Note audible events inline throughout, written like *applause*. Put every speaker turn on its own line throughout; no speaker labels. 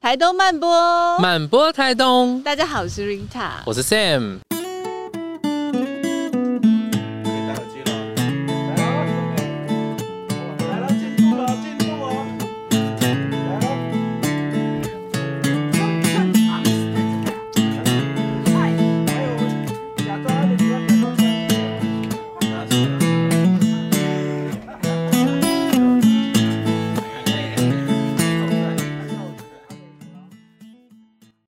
台东慢播，
哦
满播台东，
大家好，我是 Rita。
我是 Sam。
戴耳机了，来了，进步了，进步了，来了。哎呦，假装的，假装的。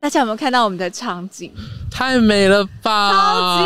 大家有没有看到我们的场景？
太美了吧！
超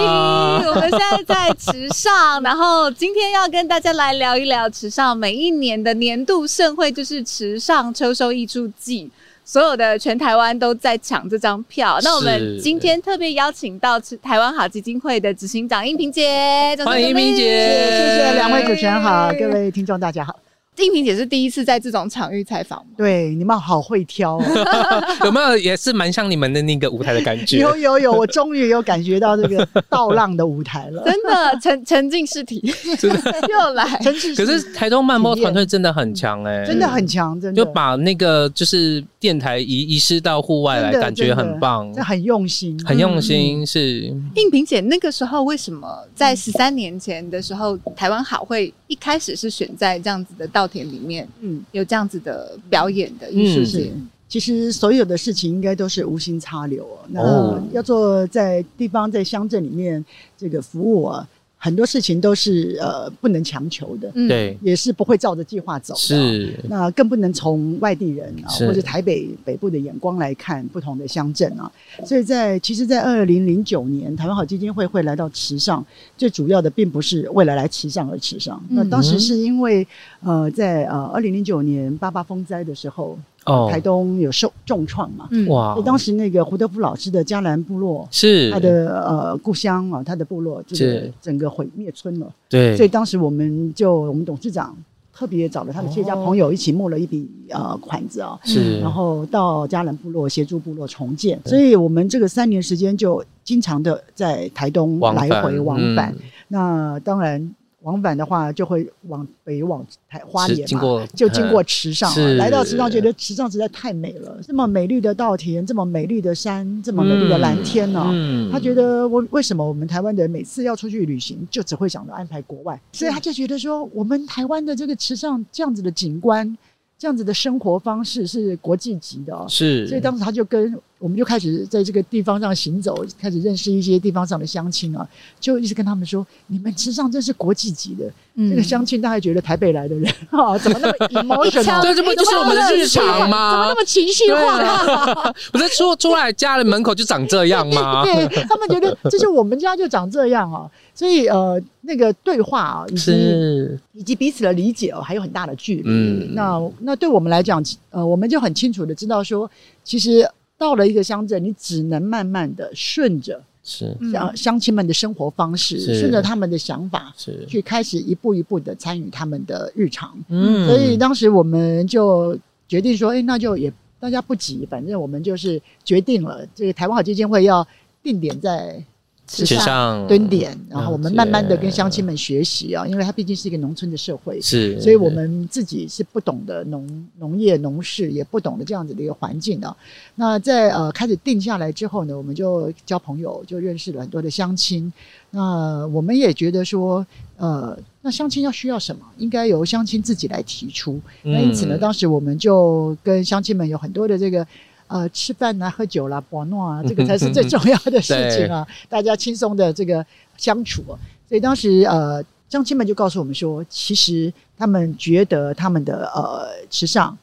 级！我们现在在池上，然后今天要跟大家来聊一聊池上每一年的年度盛会，就是池上秋收艺术季。所有的全台湾都在抢这张票。那我们
是
今天特别邀请到池台湾好基金会的执行长应萍姐，掌声
欢迎
鼓励
应萍姐
谢谢两位主持人
哎
好，各。位听众大家好。
应萍姐是第一次在这种场域采访吗？
对，你们好会挑、哦，
有没有也是蛮像你们的那个舞台的感觉？
*laughs* 有有有，我终于有感觉到这个倒浪的舞台
*laughs*
了。
真的沉沉浸式体验， *laughs* 又来。
真是
可是台东慢播团队真的很强哎、
真的很强，真的
就把那个就是电台移移师到户外来，
真的
感觉很棒
真的，嗯很用心，
很用心。是
应萍姐那个时候为什么在十三年前的时候，台湾好会一开始是选在这样子的稻田里面
嗯。
有这样子的表演的艺
嗯
术节？
其实所有的事情应该都是无心插柳哦。
哦
那要做在地方在乡镇里面这个服务啊，很多事情都是呃不能强求的，
嗯，
对，
也是不会照着计划走的哦。
是
那更不能从外地人啊，
是
或者台北北部的眼光来看不同的乡镇啊。所以在其实，在二零零九年，台湾好基金会会来到池上，最主要的并不是为了来池上而池上。
嗯
那当时是因为呃，在呃二零零九年八八风灾的时候，
哦
台，东有受重创嘛，
嗯，
哇
所以，当时那个胡德夫老师的嘉兰部落。
是
他的呃故乡啊，他的部落就是
是
整个毁灭村了，所以
对
当时我们就我们董事长特别找了他的企业家
哦
朋友一起募了一笔、呃款子啊、
嗯
是，
然后到嘉兰部落协助部落重建，所以我们这个三年时间就经常的在台东
往
来
返
回往返。
嗯
那当然往返的话，就会往北往台花
是
莲嘛，
经过
就经过池上、啊
是，
来到池上觉得池上实在太美了，这么美丽的稻田，这么美丽的山，这么美丽的蓝天呢、
嗯
他觉得我为什么我们台湾人每次要出去旅行，就只会想到安排国外，所以他就觉得说，我们台湾的这个池上这样子的景观，这样子的生活方式是国际级的哦。
是，
所以当时他就跟我们就开始在这个地方上行走，开始认识一些地方上的乡亲啊，就一直跟他们说，你们池上真是国际级的。
嗯
这个乡亲大概觉得来台北来的人 *laughs* 啊，
*laughs*
怎么那么 emotional？
对这不就是我们的日常吗
怎么那么情绪化？
*laughs* 不是出出来家里门口就长这样吗？
*laughs* 对他们
*laughs*
觉得就是我们家就长这样哦，所以呃，那个对话啊、以及
是，
以及彼此的理解哦，还有很大的距离。
嗯
那那对我们来讲，呃，我们就很清楚的知道说，其实到了一个乡镇，你只能慢慢的顺着
是
嗯
乡乡亲们的生活方
是
式，顺着他们的想法，
是，
去开始一步一步的参与他们的日常。
嗯
所以当时我们就决定说，哎、那就也大家不急，反正我们就是决定了，这个台湾好基金会要定点在池
纸
上
上
蹲点，然后我们慢慢的跟乡
相
亲
亲，
们学习啊，因为它毕竟是一个农村的社会。
是，
所以我们自己是不懂得农农业、农事，也不懂得这样子的一个环境啊。那在呃开始定下来之后呢，我们就交朋友，就认识了很多的乡亲。那我们也觉得说，呃，那乡亲要需要什么，应该由乡亲自己来提出。那因此呢，
嗯
当时我们就跟乡亲们有很多的这个。呃，吃饭呐、喝酒啦、玩闹啊，这个才是最重要的事情啊！大家轻松的这个相处、啊，所以当时呃，乡亲们就告诉我们说，其实他们觉得他们的呃时尚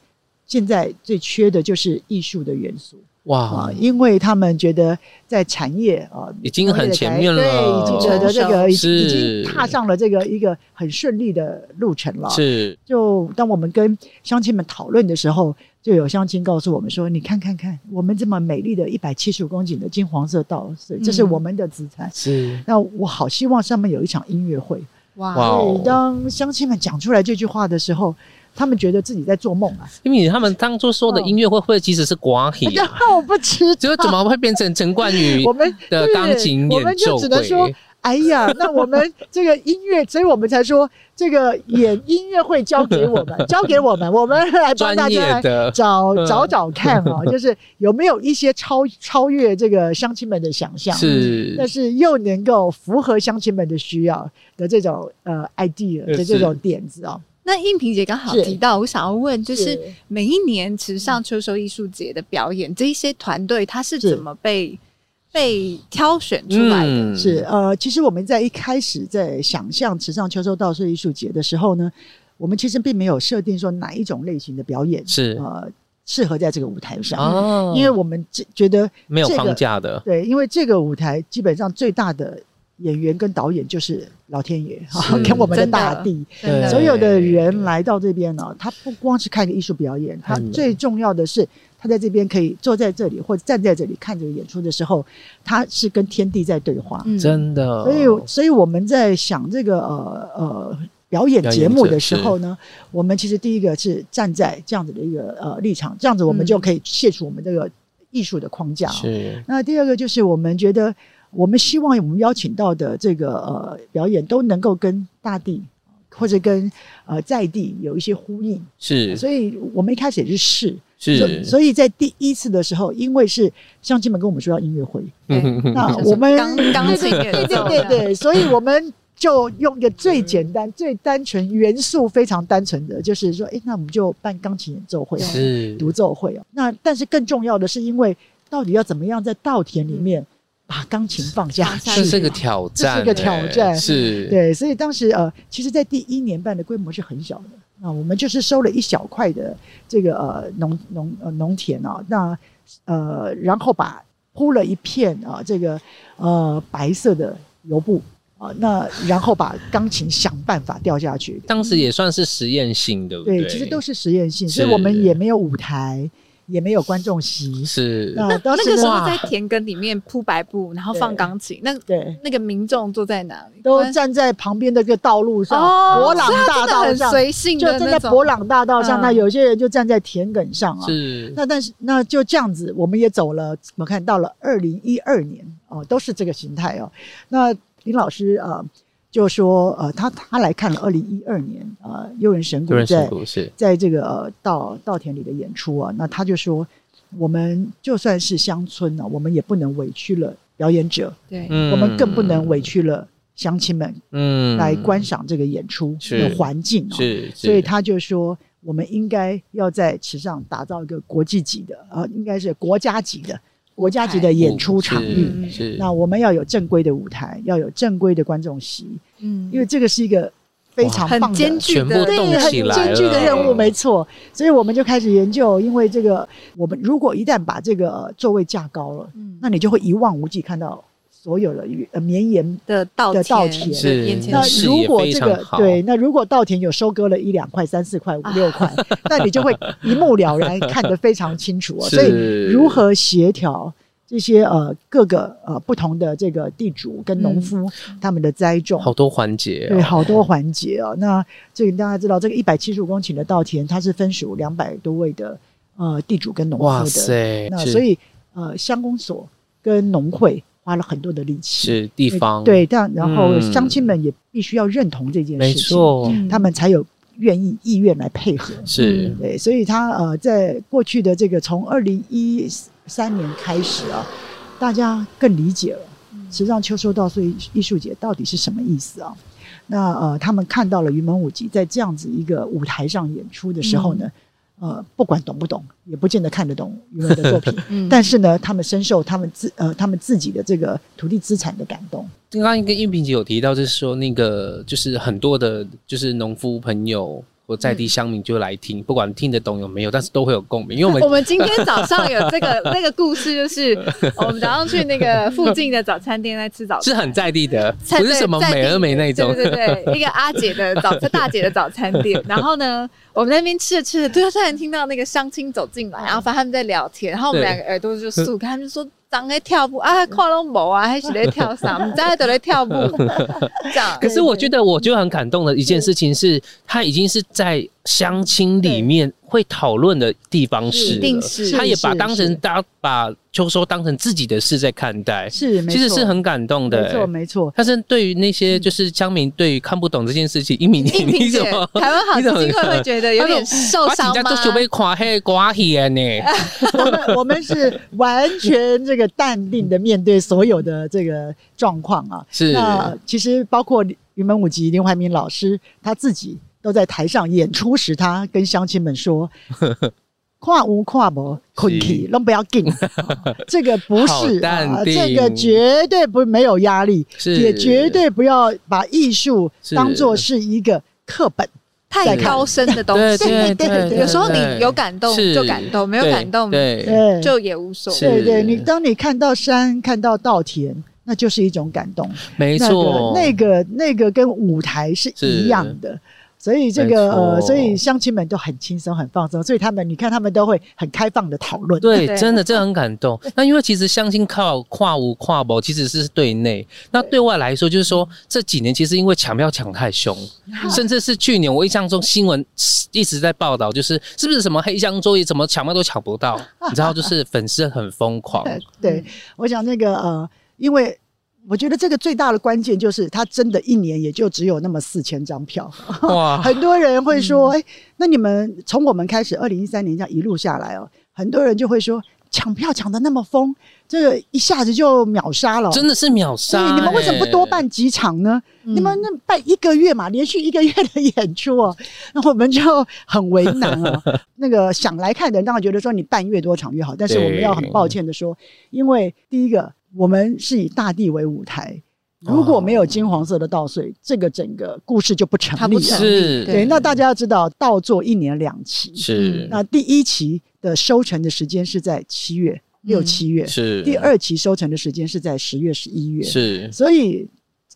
现在最缺的就是艺术的元素啊、
哇，
因为他们觉得在产业啊、
已经很前面了
对，已经觉得这个已
是
已经踏上了这个一个很顺利的路程了。
是
就当我们跟乡亲们讨论的时候，就有乡亲告诉我们说：“你看看看，我们这么美丽的一百七十五公顷的金黄色稻穗，这是
嗯
我们的资产。
是，
那我好希望上面有一场音乐会。
哇
哇，
哦
所以当乡亲们讲出来这句话的时候，他们觉得自己在做梦
*laughs*
啊！
因为他们当初说的音乐会会其实是寡体
*laughs* 然
啊，
后我不知
结果怎么会变成陈冠宇
*laughs* 我们
的钢琴
对我
演
们
奏
就只能说
会？
哎呀，那我们这个音乐，所以我们才说这个演音乐会交给我
*laughs*
们，交给我们，我们来帮大
专
家
业 *laughs*
来
的，
找
嗯
找找看
*laughs*
啊、就是有没有一些超超越这个乡亲们的想象，
是
但是又能够符合乡亲们的需要的这种呃 idea
是
的这种点子哦。
那应萍姐刚好
是
提到，我想要问，就是是每一年池上秋收艺术节的表演，这一些团队它是
是
怎么被被挑选出来的？
嗯
是呃，其实我们在一开始在想象池上秋收稻穗艺术节的时候呢，我们其实并没有设定说哪一种类型的表演
是
呃适合在这个舞台上，
哦，
因为我们这觉得
没有
这个
框架的，
对，因为这个舞台基本上最大的演员跟导演就是老天爷，
是
跟我们的
真的
大地。
真的
嗯对
所有的人来到这边呢、啊他不光是看个艺术表演，他
嗯
最重要的是，他在这边可以坐在这里或者站在这里看这个演出的时候，他是跟天地在对话。
嗯
真的，
所以，所以我们在想这个呃呃表演节目的时候呢，我们其实第一个是站在这样子的一个呃立场，这样子我们
嗯
就可以卸除我们这个艺术的框架、哦。
是
那第二个就是我们觉得，我们希望我们邀请到的这个呃表演都能够跟大地或者跟呃在地有一些呼应，
是
所以我们一开始也是试，所
是，
所以在第一次的时候，因为是乡亲们跟我们说要音乐会，
嗯
对
哎那
就是
我们
钢 *laughs* 钢琴演
对
奏
对
的
对，所以我们。就用一个最简单、最单纯、元素非常单纯的，就是说，哎诶，那我们就办钢琴演奏会好了，
是
独奏会哦。那但是更重要的是，因为到底要怎么样在稻田里面把钢琴放下
放
去？
下
这嗯是
去
个挑战欸，
这是个挑战
是，
对，所以当时呃，其实，在第一年办的规模是很小的啊，我们就是收了一小块的这个呃农农呃农田啊，那呃，然后把铺了一片啊这个呃白色的油布啊，那然后把钢琴想办法掉下去，
当时也算是实验性，对不
对，
对，
其实都
是
是实验性，所以
是
我们也没有舞台，也没有观众席，
是
那
那
当
那
时
个时候
哇
在田埂里面铺白布，然后放
对
钢琴，那
对。
那个民众坐在哪里？
都站在旁边的一个道路上，
哦
博朗大
真的
道
很
上，
随性
就
的
站
那
在
种
博朗大道
嗯
上。那有些人就站在田埂上啊。
是
那但是那就这样子，我们也走了。我看到了二零一二年哦，都是这个形态哦。那林老师呃就说呃，他他来看了二零一二年呃幽人神谷
有人
在
神谷是
在这个呃稻稻田里的演出啊，那他就说我们就算是乡村呢、啊我们也不能委屈了表演者，
对，
嗯
我们更不能委屈了乡亲们
嗯
来观赏这个演出
是
的环境、哦，
是，
所以
是
他就说，我们应该要在池上打造一个国际级的，呃，应该是国家级的国家级的演出场域。
嗯
是是
那我们要有正规的舞台，要有正规的观众席，
嗯
因为这个是一个非常
很
棒的
艰巨
全部
的，
动
对，很
起来
艰巨的
了嗯
任务，没错。所以我们就开始研究，因为这个，我们如果一旦把这个呃座位架高了，
嗯
那你就会一望无际看到所有的呃绵延
的稻
的稻
田
田
是
眼前
那
的
视
如
野
果
非
这
常
个
好
对，那如果稻田有收割了一两块、三四块、五六块，那你就会一目
*laughs*
了然，看得非常清楚哦。
啊是
所以如何协调这些呃各个呃不同的这个地主跟农夫、他们的栽种，
嗯好多环节
对
哦，
好多环节哦。那这个大家知道，这个一百七十五公顷的稻田，它是分属两百多位的呃地主跟农
哇
夫的。
塞，
那
是
所以呃乡公所跟农会花了很多的力气。
是地方
对，但然后
嗯
乡亲们也必须要认同这件
没
事情，
错
嗯
他们才有愿意意愿来配合。
是
嗯
对，所以他呃，在过去的这个从二零一三年开始啊，大家更理解了
嗯，
池上秋收稻穗艺术节到底是什么意思啊？那呃，他们看到了云门舞集在这样子一个舞台上演出的时候呢，呃，不管懂不懂，也不见得看得懂云门的作品，
嗯
但是呢，他们深受他们自呃他们自己的这个土地资产的感动。
刚刚跟应萍姐有提到，就是说那个就是很多的，就是农夫朋友
嗯
或在地乡民就来听，不管听得懂有没有，但是都会有共鸣，因为我们
我们今天早上有这个那个故事，
*laughs*
就是我们早上去那个附近的早餐店来吃早餐，
是很在地的，
在
不是什么
在地
美而美那种，
对对对，一个阿姐的早餐，大姐的早餐店。然后呢，我们在那边吃着吃着，对，突然听到那个相亲走进来，然后发现他们在聊天，然后我们
对
两个耳朵就竖开，他们就说。长在跳舞啊，跨龙舞啊，还是在跳啥？我们在都在跳舞，这样嗯
可是我觉得，我就很感动的一件事情是，他已经是在相亲里面会讨论的地方
是
事
一定
了。
是
他也把
是
当
是
成当把秋收当成自己的事在看待，
是，没
其实
错
是很感动的、欸
没错
*laughs*
没错。
但是对于那些就是乡民对于看不懂这件事情，一米你
应萍
你怎
姐，
么？
台湾好基
你怎么
金会会觉得有点受
我
伤
人家
吗
都？就被垮黑瓜起呢，
我们我们是完全这个淡定的面对所有的这个状况啊。
是
那其实包括云门舞集林怀民老师他自己都在台上演出时，他跟乡亲
*laughs*
们说：“跨无跨无，困起都不要紧。啊这个不
好
是
淡
啊，
定
这个绝对不没有压力，
是
也绝对不要把艺术
是
当做是一个课本。
太高深的东
对
西，
对
对
对对，
有时候你
对
有感动
是
就感动，没有
对
感动
对
对，
就也无所
是
谓。
对对，你当你看到山，看到稻田，那就是一种感动。
没
那
错
个，那个那个跟舞台是一样的。所以这
没
个
错
呃，所以乡亲们都很轻松、很放松，所以他们你看他们都会很开放的讨论。
对，
对
真的这很感动。那因为其实相亲靠跨无跨博其实是对内，那对外来说就是说这几年其实因为抢票抢太凶，甚至是去年我印象中新闻一直在报道，就是是不是什么黑箱作业，怎么抢票都抢不到，你知道就是粉丝很疯狂，
*laughs* 对，我想那个呃，因为我觉得这个最大的关键就是，他真的一年也就只有那么四千张票。
哇，
很多人会说，哎、那你们从我们开始，二零一三年这样一路下来哦，很多人就会说，抢票抢的那么疯，这个一下子就秒杀了哦。
真的是秒
所以
杀、欸
你们为什么不多？办几场呢？
欸嗯
你们那办一个月嘛，连续一个月的演出哦，那我们就很为难哦。 *laughs* 那个想来看的人当然觉得说你办越多场越好，但是我们要很抱歉的说，因为第一个我们是以大地为舞台，如果没有金黄色的稻穗，这个整个故事就不成
它
立
不
了。
成
是，
对
对，那大家要知道，稻作一年两期，
是
那第一期的收成的时间是在七月六七月，
嗯是
第二期收成的时间是在十月十一月，
是
所以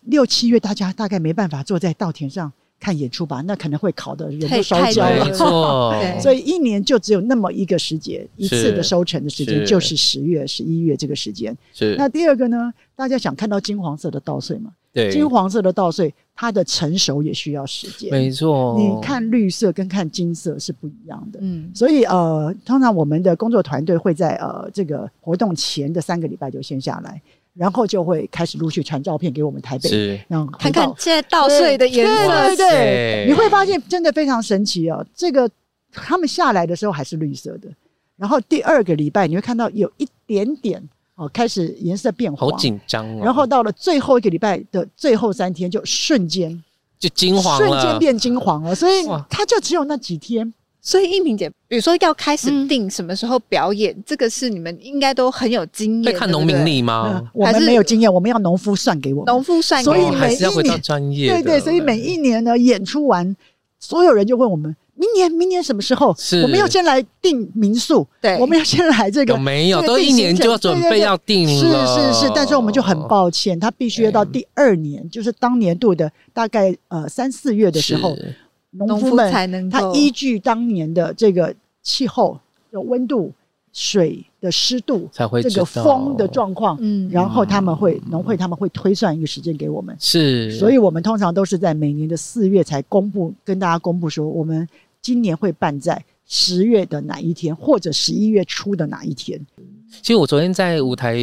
六七月大家大概没办法坐在稻田上看演出吧，那可能会烤的人都
太
烧
太
焦
热
没
了。 *laughs*
错，
对
所以一年就只有那么一个时节，一次的
是
收成的时间
是
就是十月、十一月这个时间。
是
那第二个呢？大家想看到金黄色的稻穗吗？
对
金黄色的稻穗，它的成熟也需要时间。
没错，
你看绿色跟看金色是不一样的。
嗯，
所以呃，通常我们的工作团队会在呃这个活动前的三个礼拜就先下来，然后就会开始陆续传照片给我们台北，
是
让回
看看
报
现在稻穗的颜色是，
对对对，你会发现真的非常神奇哦。这个他们下来的时候还是绿色的，然后第二个礼拜你会看到有一点点哦开始颜色变
好
黄，
紧张哦，
然后到了最后一个礼拜的最后三天就瞬间
就金黄
瞬
了，
间变金黄了，所以
哇
它就只有那几天。
所以应萍姐，比如说要开始
嗯
定什么时候表演，这个是你们应该都很有经
在
验。
看
对不
农
对
民历
嗯
吗？
我
还
们
是
没有经验，我们要农夫算给我们
农。夫算
所以
给
哦
你
每
还是要
一
回到
年
专业的，哎
对对，所以每一年呢，演出完，所有人就问我们，明年明年什么时候
是？
我们要先来订民宿，
对
我们要先来这个
有没有
这个
都
定
一年
行程
就要准
对对
备
对
要定
是
了
是是，但是我们就很抱歉，他必须要到第二年，就是当年度的大概呃三四月的时候，
是
农
农
夫
夫
们
才能
他
够
依据当年的这个气候的温度、水的湿度、
才会
这
知
个
道
风的状况，
嗯
然后他们会农会他们会推算一个时间给我们，
是，
所以我们通常都是在每年的四月才公布，跟大家公布说我们今年会办在十月的哪一天，或者十一月初的哪一天。
其实我昨天在舞台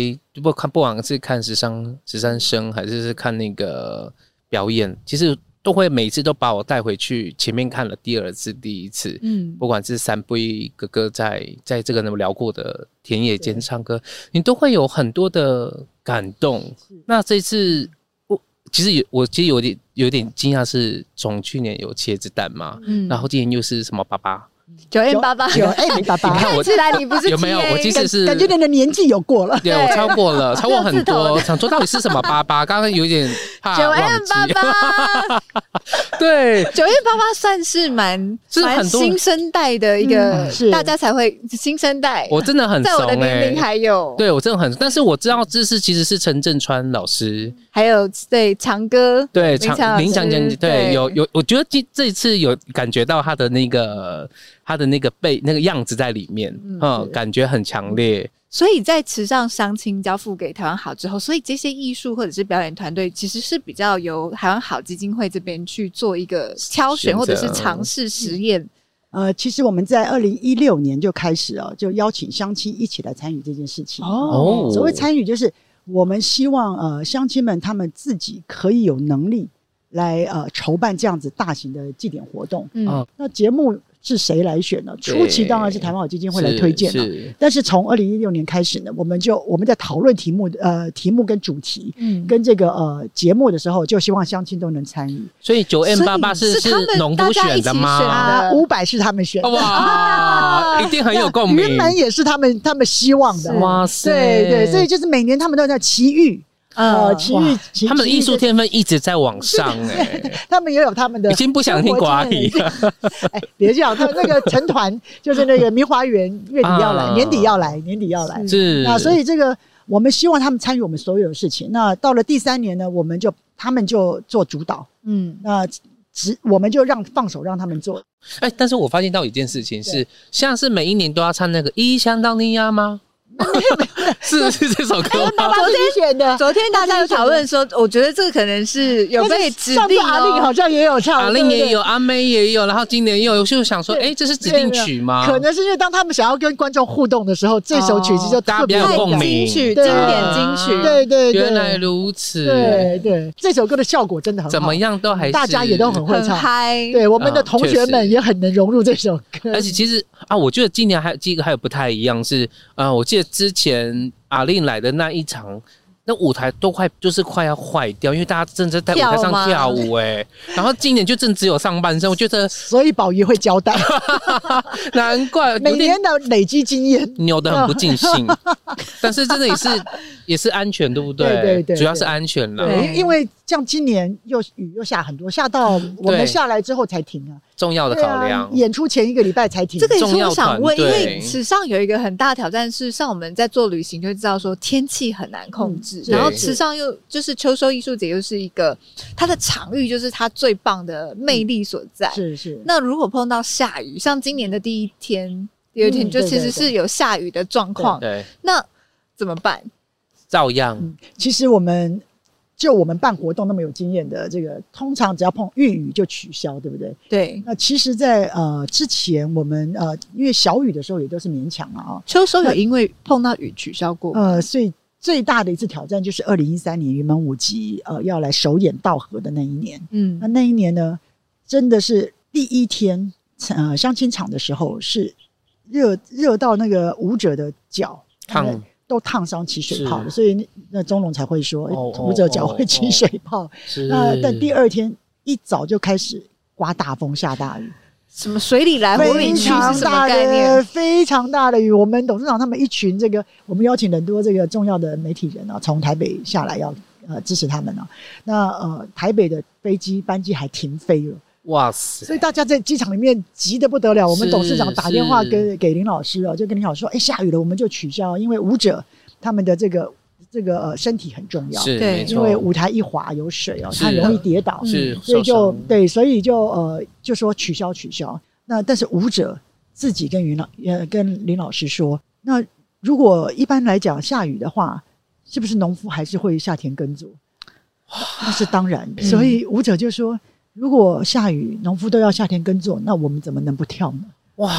不看不管是看十三十三生还是是看那个表演，其实都会每次都把我带回去前面看了第二次、第一次，
嗯，
不管是三不一哥哥在在这个我们聊过的田野间唱歌，你都会有很多的感动。那这次我其实有我其实有点有点惊讶，是从去年有茄子蛋嘛，
嗯
然后今年又是什么爸爸？
九 N 八八，
有哎，爸
你
爸。 *laughs*
看我
起来你不是
有没有
TA
我其实
感
是
感觉你的年纪有过了，
对
对
我超过
*laughs*
了，超过很
六
多，
字
想说到底是什么
*laughs*
爸爸？刚刚有点怕
九 N 八
忘记。 *laughs*
八，
对，
九 N 八八算是蛮
是
蛮
很多
新生代的一个
嗯，是
大家才会新生代。
我真的很
在我的
怂
年
哎、
龄还有
对我真的很，但是我知道这是其实是陈振川老师，
还有对长歌，
对，
林强老
长林强
师
讲对，有有，我觉得这这一次有感觉到他的那个他的那个背那个样子在里面，嗯，感觉很强烈，
所以在池上相亲交付给台湾好之后，所以这些艺术或者是表演团队其实是比较由台湾好基金会这边去做一个挑选
选择
或者是尝试实验
呃，其实我们在二零一六年就开始哦，就邀请乡亲一起来参与这件事情。
哦
所谓参与，就是我们希望呃乡亲们他们自己可以有能力来呃筹办这样子大型的祭典活动。
嗯
哦
那节目是谁来选呢？初期当然是台湾好基
嗯
金会来推
哦
荐了、啊
是
但是从二零一六年开始呢，我们就我们在讨论题目的呃题目跟主题
嗯，
跟这个呃节目的时候，就希望乡亲都能参与。
所以九 N 八八是
所以是他们
农夫选的
大家一起选
吗？
的
啊，五百是他们选
*laughs*
的，
哇，一定很有共
云
鸣。
门也是他们他们希望的。
是
哇塞，
对对，所以就是每年他们都在奇遇，呃，奇
哇
遇，奇
他们的艺术，
奇遇
天分一直在往上哎，
他们也有他们的
已。经不想听寡语了。
哎，别这样，他那个成团就是那个明华园月底要来，
啊
年底要来，年底要来。
是
那所以这个我们希望他们参与我们所有的事情。那到了第三年呢，我们就他们就做主导，
嗯，
那只我们就让放手让他们做。
哎，但是我发现到一件事情是，像是每一年都要唱那个《异乡当尼亚》
*laughs*
吗？是是这首歌吗？
昨天选的，
昨天大家有讨论说，我觉得这个可能是有被指
上次
定
阿令
哦。
好像也有唱，
阿
对
令
不对
也有，阿妹也有，然后今年也有，就想说，
对
哎，这是指定曲吗？
可能是因为当他们想要跟观众互动的时候，这首曲子就特别
大家比较有
有
共鸣
金曲，经
对
典金曲，
对对对，
原来如此，
对对，这首歌的效果真的很好，
怎么样都还是
大家也都很会
很
唱。
嗨。
对，我们的
嗯
同
确
学们
实
也很能融入这首歌，
而且其实啊，我觉得今年还有这个还有不太一样是，呃，我记得之前阿令来的那一场。那舞台都快就是快要坏掉，因为大家正在在舞台
跳吗
上跳舞哎、然后今年就正只有上半身，我觉得
所以宝仪会交代，
难怪
*laughs* 每
有点
年哦的累积经验。
扭得很不尽兴， *laughs* 但是真的也是也是安全，对不对？
对对对
主要是安全啦，
对
对，因为像今年又雨又下很多，下到我们
对
下来之后才停啊，
重要的
对
考
啊
量，。
演出前一个礼拜才停。啊
这个也是
重要
我想问，因
团队
为时尚有一个很大的挑战是，像我们在做旅行就会知道说天气很难控制
嗯，
然后
对
时尚又就是秋收艺术节又是一个它的场域就是它最棒的魅力所在。
嗯是是，
那如果碰到下雨，像今年的第一天、第二天
嗯
就其
对
实
对对
是有下雨的状况，
对，
那怎么办？
照样
其实我们就我们办活动那么有经验的，这个通常只要碰遇雨就取消，对不对？
对，
那其实在，呃之前，我们呃因为小雨的时候也都是勉强了啊、
秋收有因为碰到雨取消过，
呃，所以最大的一次挑战就是二零一三年云门舞集呃要来首演道河的那一年。
嗯
那，那一年呢，真的是第一天呃相亲场的时候是热热到那个舞者的脚
烫
那个都烫伤起水泡了，
是
所以那那钟龙才会说哎
哦哦
舞者脚会起水泡。
是。
那但第二天一早就开始刮大风下大雨。
什么水里来火哎里
非
去是
常
什么
大
概
的
念？
非常大的雨，我们董事长他们一群这个，我们邀请很多这个重要的媒体人啊，从台北下来要呃支持他们啊。那呃，台北的飞机班机还停飞了，
哇塞，
所以大家在机场里面急得不得了。我们
是
董事长打电话
是
给给林老师啊，就跟林老师说，哎，下雨了，我们就取消，因为舞者他们的这个这个呃身体很重要，
是
对
没
因
错，
为舞台一滑有水哦，
是
他容易跌倒，
是
所以就
受伤
对，所以就呃就说取消取消。那但是舞者自己跟云老呃跟林老师说，那如果一般来讲下雨的话，是不是农夫还是会下田耕作？那是当然，
嗯
所以舞者就说，如果下雨，农夫都要下田耕作，那我们怎么能不跳呢？
哇，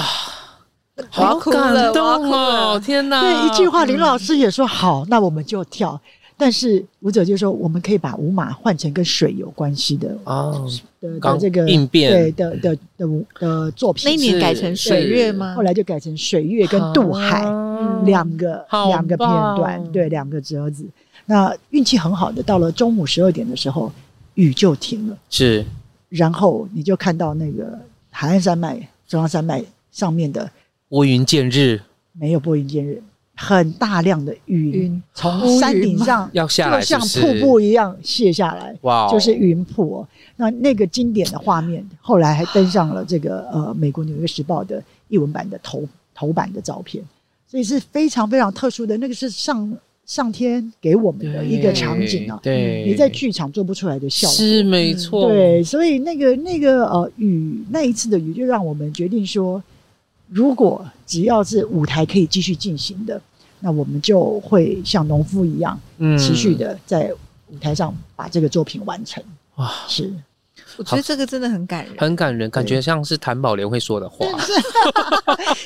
我要
好
哭了
感动
我要哭
哦
了！
天哪，
对，一句话，林老师也说好，那我们就跳。但是舞者就说，我们可以把舞马换成跟水有关系的
哦，
的的
刚
这个
应变
对的的的舞的作
那一
品，
年
是
改成水月吗
后？来就改成水月跟渡海
啊
两个
好
两个片段，
棒
对，两个折子。那运气很好的，到了中午十二点的时候，雨就停了，
是
然后你就看到那个海岸山脉、中央山脉上面的
乌云见日，
没有播音间人，很大量的云
云
从山顶上
要下
就
来是
像
不是
瀑布一样泻下来。
哇哦，
就是云瀑、哦。那那个经典的画面，后来还登上了这个呃美国《纽约时报》的译文版的头头版的照片，所以是非常非常特殊的。那个是上上天给我们的
对
一个场景啊，
对，
你在剧场做不出来的效果。
是没错，
对，所以那个那个呃雨那一次的雨，就让我们决定说，如果只要是舞台可以继续进行的，那我们就会像农夫一样，
嗯
持续的在舞台上把这个作品完成。
哇，
是，
我觉得这个真的很感人。
很感人，感觉像是谭宝莲会说的话。
*laughs*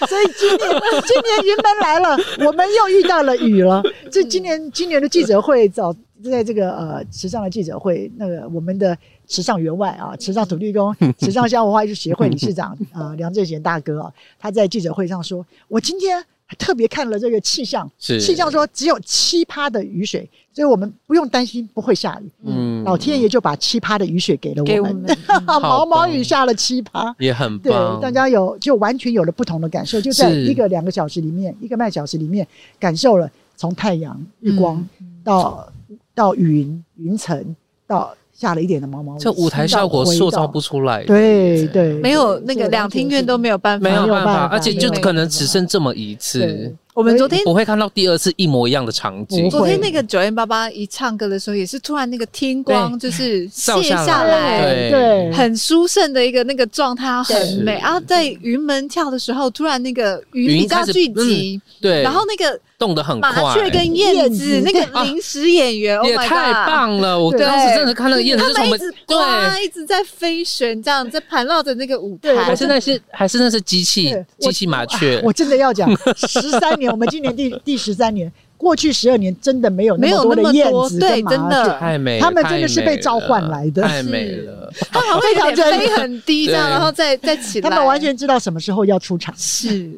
所以今年今年云门来了，我们又遇到了雨了。这今年今年的记者会早在这个呃池上的记者会，那个我们的池上员外啊，池上土
*laughs*
地公、池上乡文化艺术协会理事长 *laughs* 呃梁正贤大哥啊，他在记者会上说，我今天。特别看了这个气象，
是
气象说只有七趴的雨水，所以我们不用担心不会下雨。
嗯
老天爷就把七趴的雨水给了
给
我
我
们，啊嗯
们
毛毛雨下了七趴。
也很
对
棒，，
大家有就完全有了不同的感受，就在
是
一个两个小时里面，一个半小时里面，感受了从太阳、 *laughs* 日光
嗯
嗯
到到云、云层，到下了一点的毛毛雨，
这舞台效果塑造不出来，
对对，
没有
对
那个两厅院都没有办法，
没有
没有
办
办
法，
法
而且就
没有
可能只剩这么一次
对，
我们昨天
不会看到第二次一模一样的场景
不。
昨天
会
那个九零八八一唱歌的时候，也是突然那个天光就是
照
卸下
下
来，
对
对
很殊胜的一个那个状态，很美。
是
然后在云门跳的时候，突然那个云
云
比较
开始
聚集，
对，
然后那个
动得很快，
麻雀跟燕
燕
子
子
那个临时演员，Oh
也
my
太
god！
棒了！我
对
当时真的看那个燕子，就是
他们
我
一
们
直
对，
哇，一直在飞旋，这样在盘绕着那个舞
对
台
还。是那些还是那是机器
对我
机器麻雀，
我真的要讲，十三年，我们今年第第十三年，过去十二年真的没有
没
那
有
么多
那么
的燕
多
子
对
跟麻
真的
雀
太美了，
他们真的是
太美
被召唤来的
了太美了，
他们会
*laughs*
有点飞很低，这样，
对
然后再再起来。
他们完全知道什么时候要出场。
是。 *laughs*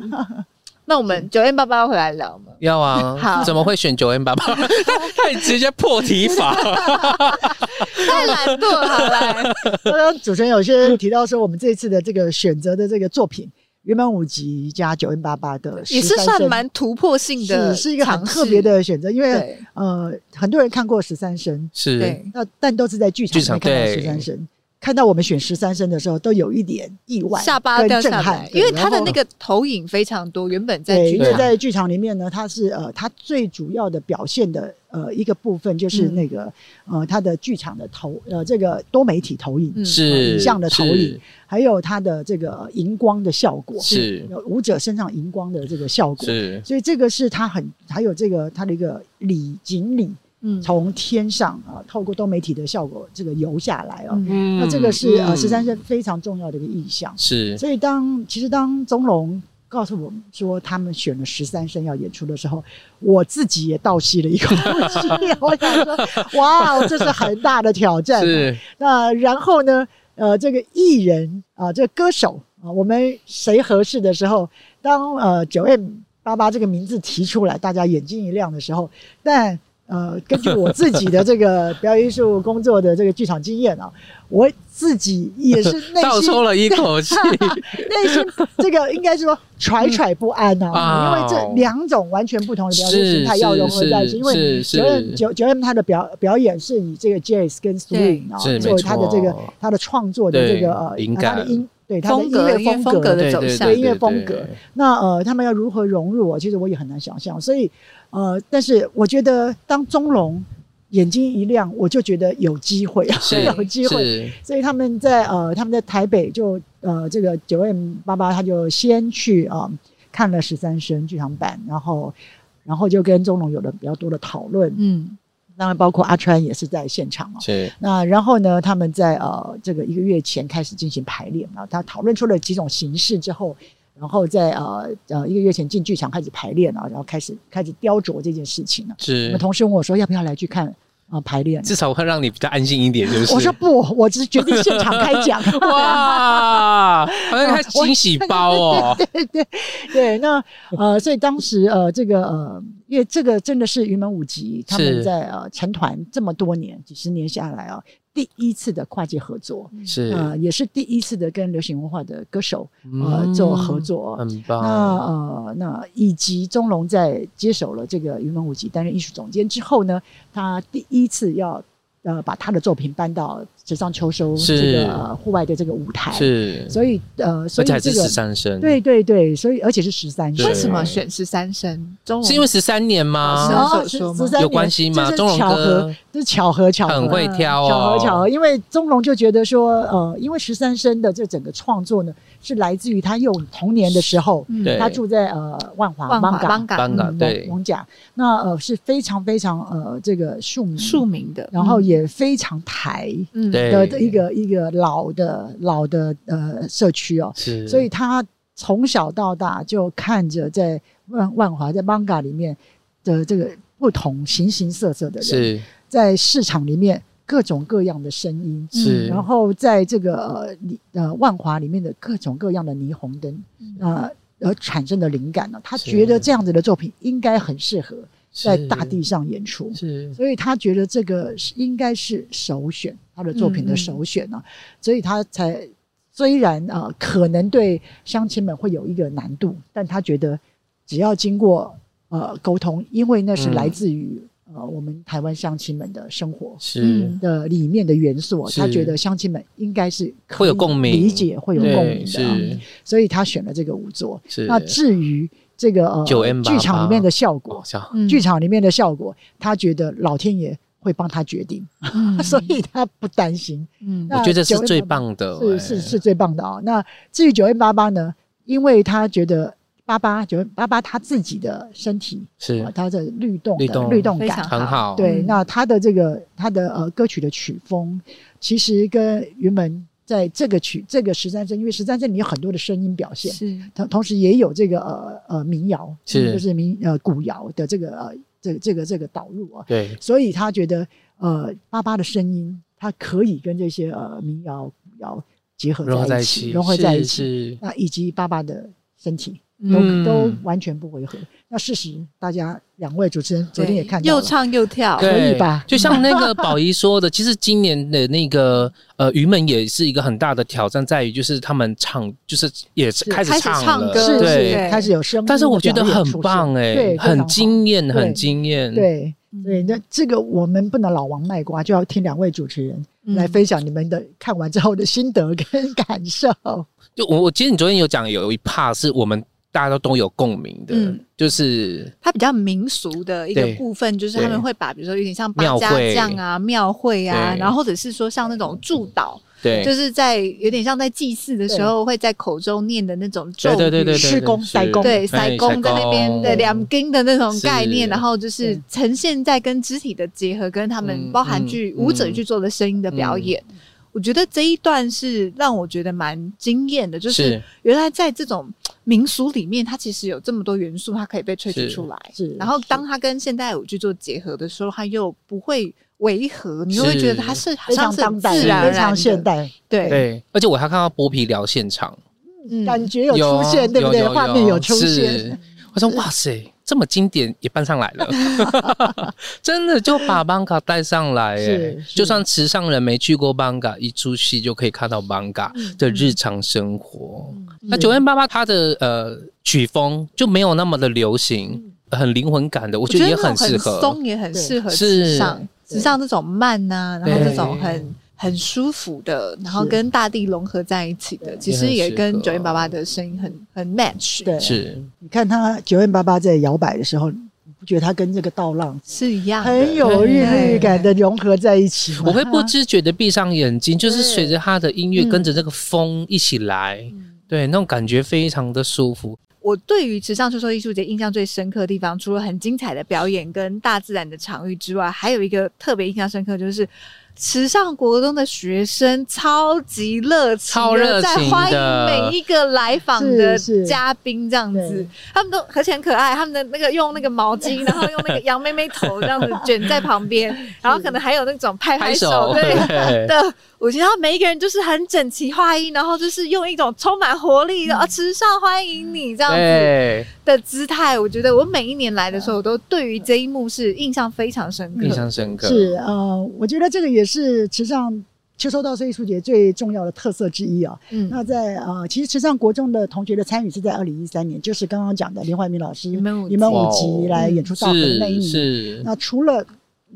那我们九零八八回来聊
*laughs*
吗？
要啊，
好
怎么会选九
*laughs*
N 八八？太直接破题法，
太懒惰了，好来。
*laughs* 刚刚主持人有些提到说，我们这一次的这个选择的这个作品，原本五集加九 N 八八的13
*laughs*
声，
也是算蛮突破性的
是是一个很
尝试
特别。的选择，因为
对
呃，很多人看过十三声，
是
对，
那但都是在剧场
剧场
里面看到
对
十三声。看到我们选十三声的时候，都有一点意外，
下巴掉
跟震
下来
撼，，
因为
对
他的
然后
那个投影非常多，原本在
对，
剧
因为
场
在剧场里面呢，它是呃，它最主要的表现的呃一个部分就是
嗯
那个、呃，它的剧场的投呃这个多媒体投影，
嗯
是
影像的投
是
影还有它的这个呃荧光的效果，
是
有舞者身上荧光的这个效果。
是
所以这个是它很，还有这个它的一个礼锦鲤
嗯
从天上啊、透过多媒体的效果这个游下来哦，
嗯
嗯
那这个是、呃
嗯
十三声非常重要的一个意象。
是
所以当其实当宗龙告诉我们说他们选了十三声要演出的时候，我自己也倒吸了
*laughs*
一口气，我想说，哇，这是很大的挑战、啊
是
那然后呢，呃，这个艺人啊、这个歌手啊、我们谁合适的时候，当呃九 M 八八这个名字提出来，大家眼睛一亮的时候，但呃，根据我自己的这个表演艺术工作的这个剧场经验啊， *laughs* 我自己也是内
倒
心
抽了一口
*laughs*
气，
内心这个应该是说揣揣不安呐、
啊
因为这两种完全不同的表演
是
形态要融合在一
是
起。因
是
为九 M
是
九九 M 他的表表演是以这个 jazz 跟 swing 啊
是
作
没
为他的这个
错
他的创作的这
对
个呃
灵
他的
感
音对他的
风
音
格、
乐
音乐
风
风格
格
的
对
走
对
向
对，音乐风
对
格
对。
那呃，他们要如何融入我，其实我也很难想象。所以呃，但是我觉得当钟龙眼睛一亮，我就觉得有机会， *laughs*
是
有机会。
是
所以他们在呃他们在台北就呃这个九 M 八八他就先去啊、呃看了十三声剧场版，然后然后就跟钟龙有了比较多的讨论，
嗯，
当然包括阿川也是在现场嘛。
是
那然后呢，他们在呃这个一个月前开始进行排练，然后他讨论出了几种形式之后，然后在呃呃一个月前进剧场开始排练啊，然后开始开始雕琢这件事情了。我
是
们，同事问我说要不要来去看啊、呃排练？
至少会让你比较安心一点，就是
我说不，我只是决定现场开讲。
哇，好
*laughs*
像开惊喜包哦，
对对对，那呃，所以当时呃，这个呃，因为这个真的是云门舞集他
是
们在呃成团这么多年，几十年下来啊、第一次的跨界合作，
是
呃，也是第一次的跟流行文化的歌手呃
嗯
做合作。
很
那
棒，
呃，那以及钟龙在接手了这个云门舞集担任艺术总监之后呢，他第一次要呃把他的作品搬到池上秋收
是
这个呃户外的这个舞台，
是，
所以呃，所
而
以
且还
这
是
个
十三声，
对，对对，所以而且是十三
对
声，
为什么选十三声？中文
是因为十三年吗？
是
然后
手说吗
哦十三
有关系吗
这是
钟龙
巧合
哥，
这是巧合，巧合，
很会挑哦，
巧合，巧合。因为宗龙就觉得说，呃，因为十三生的这整个创作呢，是来自于他幼童年的时候，
嗯
对
他住在呃万华
万华
芒港
邦
班
港
嘎
嗯
对
蒙蒙甲，那呃是非常非常呃这个庶民，
嗯庶民的，
然后也非常台
嗯
对
的一个一个老的老的呃社区哦，
是，
所以他从小到大就看着在万万华在 manga 里面的这个不同形形色色的人，
是
在市场里面各种各样的声音，
嗯
是，
然后在这个呃霓呃万华里面的各种各样的霓虹灯
嗯，
呃而产生的灵感呢、他
是
觉得这样子的作品应该很适合在
是
大地上演出，
是
所以他觉得这个是应该是首选，他的作
嗯
品的首选呢、所以他才虽然啊、呃可能对乡亲们会有一个难度，但他觉得只要经过呃沟通，因为那是
嗯
来自于、呃我们台湾乡亲们的生活
是
嗯
的里面的元素，啊
是
他觉得乡亲们应该是可以
会有共鸣
理解会有共
对
鸣的、啊，
是
所以他选了这个五座。
是
那至于这个呃
9M88
剧场里面的效果
搞，笑
嗯
剧场里面的效果，他觉得老天爷会帮他决定，
嗯
*laughs* 所以他不担心。
嗯
那
我觉得是
9M88
最棒的，
是
哎
是是最棒的啊、那至于九 N 八八呢，因为他觉得八八九 N 八八他自己的身体，啊
是
他的律动的
律动
律动
非
感
常。
很好，
对，
嗯
那他的这个他的呃歌曲的曲风，其实跟原本在这个曲这个十三声，因为十三声里有很多的声音表现，
是
同同时也有这个呃呃民谣，
是
就是民呃古谣的这个呃这个这个这个导入啊，
对
所以他觉得呃巴巴的声音，他可以跟这些呃民谣古谣结合
融合在
在
一
一起，
起，
融合在一
是
起，
是
那以及巴巴的身体都、
嗯
都完全不违和。那事实大家两位主持人昨天也看到
又
了，
唱又跳，
可以
对
吧
就像那个宝仪说的，其实今年的那个呃，云门也是一个很大的挑战，在于就是他们唱，就是也开始
开始
唱
唱
了，
歌
是
对。
是开始有声音的表
但
演出现，
是我觉得很棒哎
对，，非常
很
好
惊艳，
对
很惊艳。，
对
嗯
对，那这个我们不能老王卖瓜，就要听两位主持人
嗯
来分享你们的看完之后的心得跟感受。
就我我记得你昨天有讲，有一 part 是我们大家都都有共鸣的
嗯，
就是
它比较民俗的一个
对
部分，就是他们会把，比如说有点像八
庙
家
会
将啊、庙会啊，
对
然后或者是说像那种祝祷，
对，
就是在有点像在祭祀的时候会在口中念的那种咒语，
对对对对，
施工
是
塞工
对塞公在那边对两根的那种
是
概念，然后就是
对
呈现在跟肢体的结合，跟他们
嗯
包含
嗯
去舞者
嗯
去做的声音的表演。我觉得这一段是让我觉得蛮惊艳的，就是
是
原来在这种民俗里面，它其实有这么多元素，它可以被萃取
是
出来。
是
然后当它跟现代舞去做结合的时候，它又不会违和，你又会觉得它是好
非
像
常
是
当
很
代，
自然而然的
非常现，代，
对，
对，而且我还看到剥皮聊现场，
嗯
感觉有出现，
有啊
对不对？
有有
画面有出
是
现，
我说哇塞，这么经典也搬上来
*laughs*
了，真的就把 Banga 带上来哎
是，是
就算池上人没去过 Banga，一出戏就可以看到 Banga
嗯
的日常生活。那九
是
零八八它的呃曲风就没有那么的流行，
嗯
很灵魂感的，我
我
觉得也
那种
适合。
松也很
对
适合
是
时尚，
对
时尚这种慢呐、然后
对
这种很很舒服的，然后
是
跟大地融合在一起的，
对
其实
也
也
很适
跟
合
九零八八的声音很很 match，
对，
是
你看他九万八八在摇摆的时候，你不觉得他跟这个倒浪
是一样的。
很有韵律感的融合在一起吗？
我啊会不知觉的闭上眼睛，就是随着他的音乐
嗯
跟着这个风一起来，
嗯
对，那种感觉非常的舒服。
我对于池上秋收艺术节印象最深刻的地方，除了很精彩的表演跟大自然的场域之外，还有一个特别印象深刻，就是池上国中的学生超级热情的，
超热情
在
的
欢迎每一个来访的嘉宾这样
是
子
是，
他们都而且很可爱，他们的那个用那个毛巾，然后用那个羊妹妹头这样子卷在旁
*laughs*
边，然后可能还有那种拍
拍
手
手，
对。
对
的，我觉得他每一个人就是很整齐划一，然后就是用一种充满活力的、啊，池上欢迎你这样子
嗯对，
的姿态。我觉得我每一年来的时候，我都对于这一幕是印象非常深刻。
印象深刻。
是呃，我觉得这个也是池上秋收稻穗艺术节最重要的特色之一啊。
嗯，
那在呃，其实池上国中的同学的参与是在二零一三年，就是刚刚讲的林怀民老师
你们五
你们
哇
五
哦
级来演出稻穗那一
是
年，
是，
那除了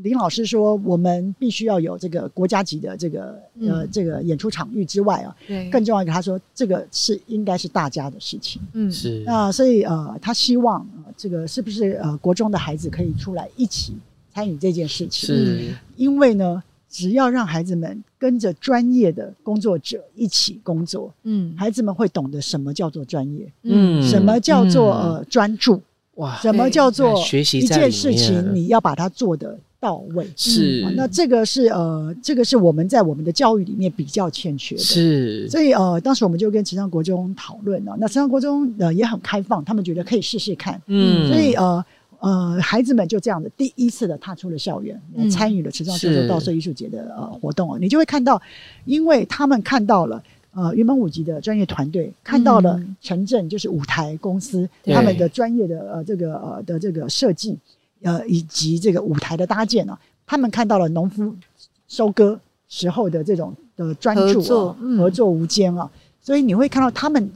林老师说我们必须要有这个国家级的这个、呃
嗯
这个演出场域之外啊，
嗯
对，
更重要一个，他说这个是应该是大家的事情。
嗯
是
那所以呃，他希望、呃、这个是不是呃国中的孩子可以出来一起。参与这件事情。
是
因为呢，只要让孩子们跟着专业的工作者一起工作，
嗯
孩子们会懂得什么叫做专业，
嗯
什么叫做、
嗯
呃专注，
哇，
什么叫做
对学习
一
在
件
里
事
面
情你要把它做得到位。
是
啊那这个是呃，这个是我们在我们的教育里面比较欠缺的。
是
所以呃，当时我们就跟池上国中讨论啊了。那池上国中呃也很开放，他们觉得可以试试看。
嗯
所以呃呃，孩子们就这样的第一次的踏出了校园，
嗯
来参与了池上秋
是
收稻穗艺术节的呃活动哦。你就会看到，因为他们看到了。呃，云门舞集的专业团队看到了
嗯
城镇就是舞台公司、
对
他们的专业的呃这个呃的这个设计，呃以及这个舞台的搭建啊，他们看到了农夫收割时候的这种的专注、啊、
合作嗯
合作无间啊，所以你会看到他们，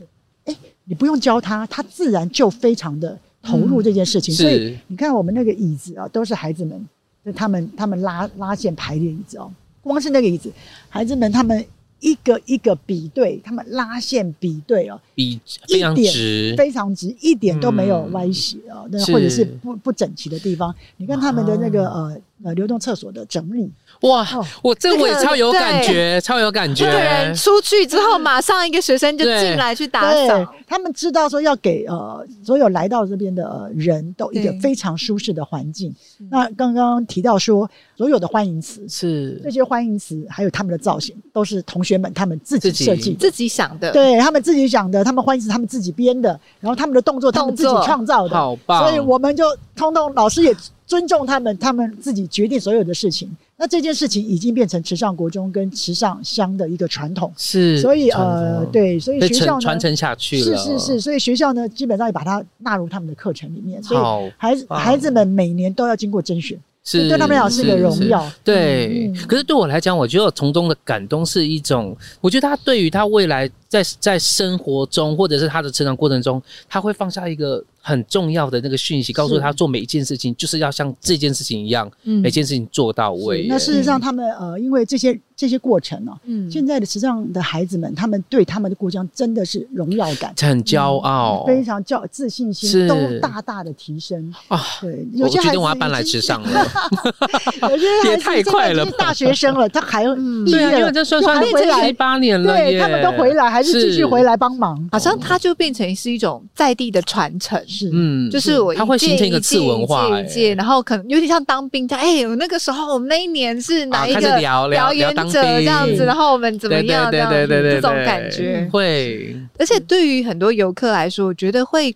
哎、你不用教他，他自然就非常的投入这件事情。
嗯
所以
是
你看我们那个椅子啊，都是孩子们，就他们他们拉拉线排列椅子哦，光是那个椅子，孩子们他们一个一个比对，他们拉线比对哦，
比
一
非常
点
直，
非常直，一点都没有歪斜哦，那、或者
嗯是
是不不整齐的地方。你看他们的那个呃呃流动厕所的整理，
哇
哦，
我这我也
这个
超有感
对
觉，超有感
这
觉
个。人出去之后，马上一个学生就
对
进来去打
对
扫，，
他们知道说要给呃所有来到这边的、呃、人都一个
对
非常舒适的环境。那刚刚提到说，所有的欢迎词，这
是
些欢迎词还有他们的造型，都是同学们他们自己
自己
设计的。
自己想的，
对他们自己想的，他们欢迎词他们自己编的，然后他们的动作他们自己
动作
创造的，
好棒，
所以我们就通通老师也尊重他们，他们自己决定所有的事情。那这件事情已经变成池上国中跟池上乡的一个传统，
是，
所以
传
呃，
承，
对，所以
被
学校
承
呢
传承下去了，
是是是，，所以学校呢，基本上也把它纳入他们的课程里面，所以
好，
孩子
棒
孩子们每年都要经过甄选，所以
是
对他们来讲是一个荣。
是
耀。
对，
嗯
可是对我来讲，我觉得我从中的感动是一种，我觉得他对于他未来在在生活中，或者是他的成长过程中，他会放下一个很重要的那个讯息，告诉他做每一件事情就是要像这件事情一样，
嗯
每件事情做到位
是
耶。
那事实
嗯
上，他们呃，因为这些这些过程呢、
嗯
现在的时尚的孩子们，他们对他们的故乡真的是荣耀感。
很骄傲，
嗯非常叫自信
哦是
心都大大的提升
啊
对，有
我
些
决
孩子
定我要搬来
已经
池上，了。
有
*laughs*
些
也
孩子
太
现在
快
已
了
经是
吧
大学生了，
*laughs*
他还
嗯
毕
对
业
啊，因为
了，
这算
就
算
还回来
十，八年了
对
耶，
他们都回来，还是继续回，来帮忙。
好像它就变成是一种在地的传承。
是，
嗯，
就是我
它会形成一个次文化
一届一届一届
哎
然后可能有点像当兵这样。哎、我那个时候我们那一年是哪
啊
一
开
个
始聊聊
表演
聊当
者这样
兵
子，然后我们怎么样这
对
样
对
子
对对对
这
对
种
对
感觉。
嗯会
而且对于很多游客来说，我觉得会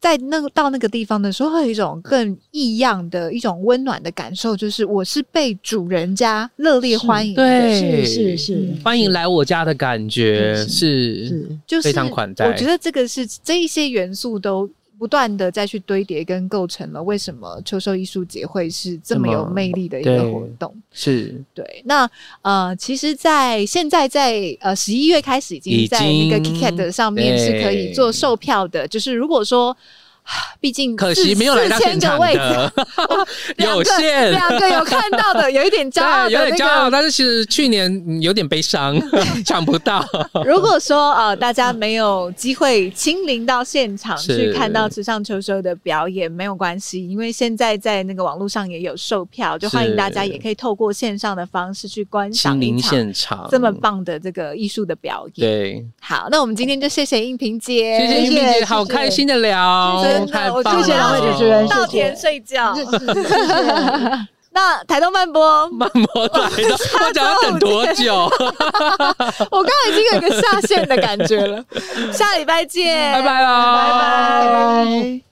在那个到那个地方的时候，会有一种更异样的一种温暖的感受，就是我是被主人家热烈欢迎的，
对，
是是是
嗯，
欢迎来我家的感觉
是
是
是。
就是
非常款待
我觉得这个是这一些元素都。不断的再去堆叠跟构成了为什么秋收艺术节会是这么
这么
有魅力的一个
对
活动。
是
对，那呃，其实在，现在在呃十一月开始，已经
已
在那个
经
Kikat 上面
对
是可以做售票的。就是如果说，啊毕竟
可
四
惜没有来到
四千
现
个
场
位置，
的，有
*laughs*
限。
两个有看到的，有一
*laughs*
点骄
对
傲，的
有点
那
骄傲，
个。
但是其实去年嗯有点
*laughs*
悲伤，抢不到。
如果说呃大家没有机会亲临到现场
是
去看到池上秋收的表演，没有关系，因为现在在那个网络上也有售票，就欢迎大家
是
也可以透过线上的方式去观赏
亲
一
临
场
现场，
这么棒的这个艺术的表演。
对，
好，那我们今天就谢谢应萍姐，
谢谢
谢
玉萍
谢
姐，好
谢
开心的聊
真，
太
的，我
棒了，
就
谢谢两位主持人谢谢
稻田睡觉。
是是是是
那台东慢播，
慢慢
*laughs*
来的，我讲要等多久？
我刚刚已经有一个下线的感觉了，下礼拜见，
拜拜
拜
喽，
拜。
拜拜。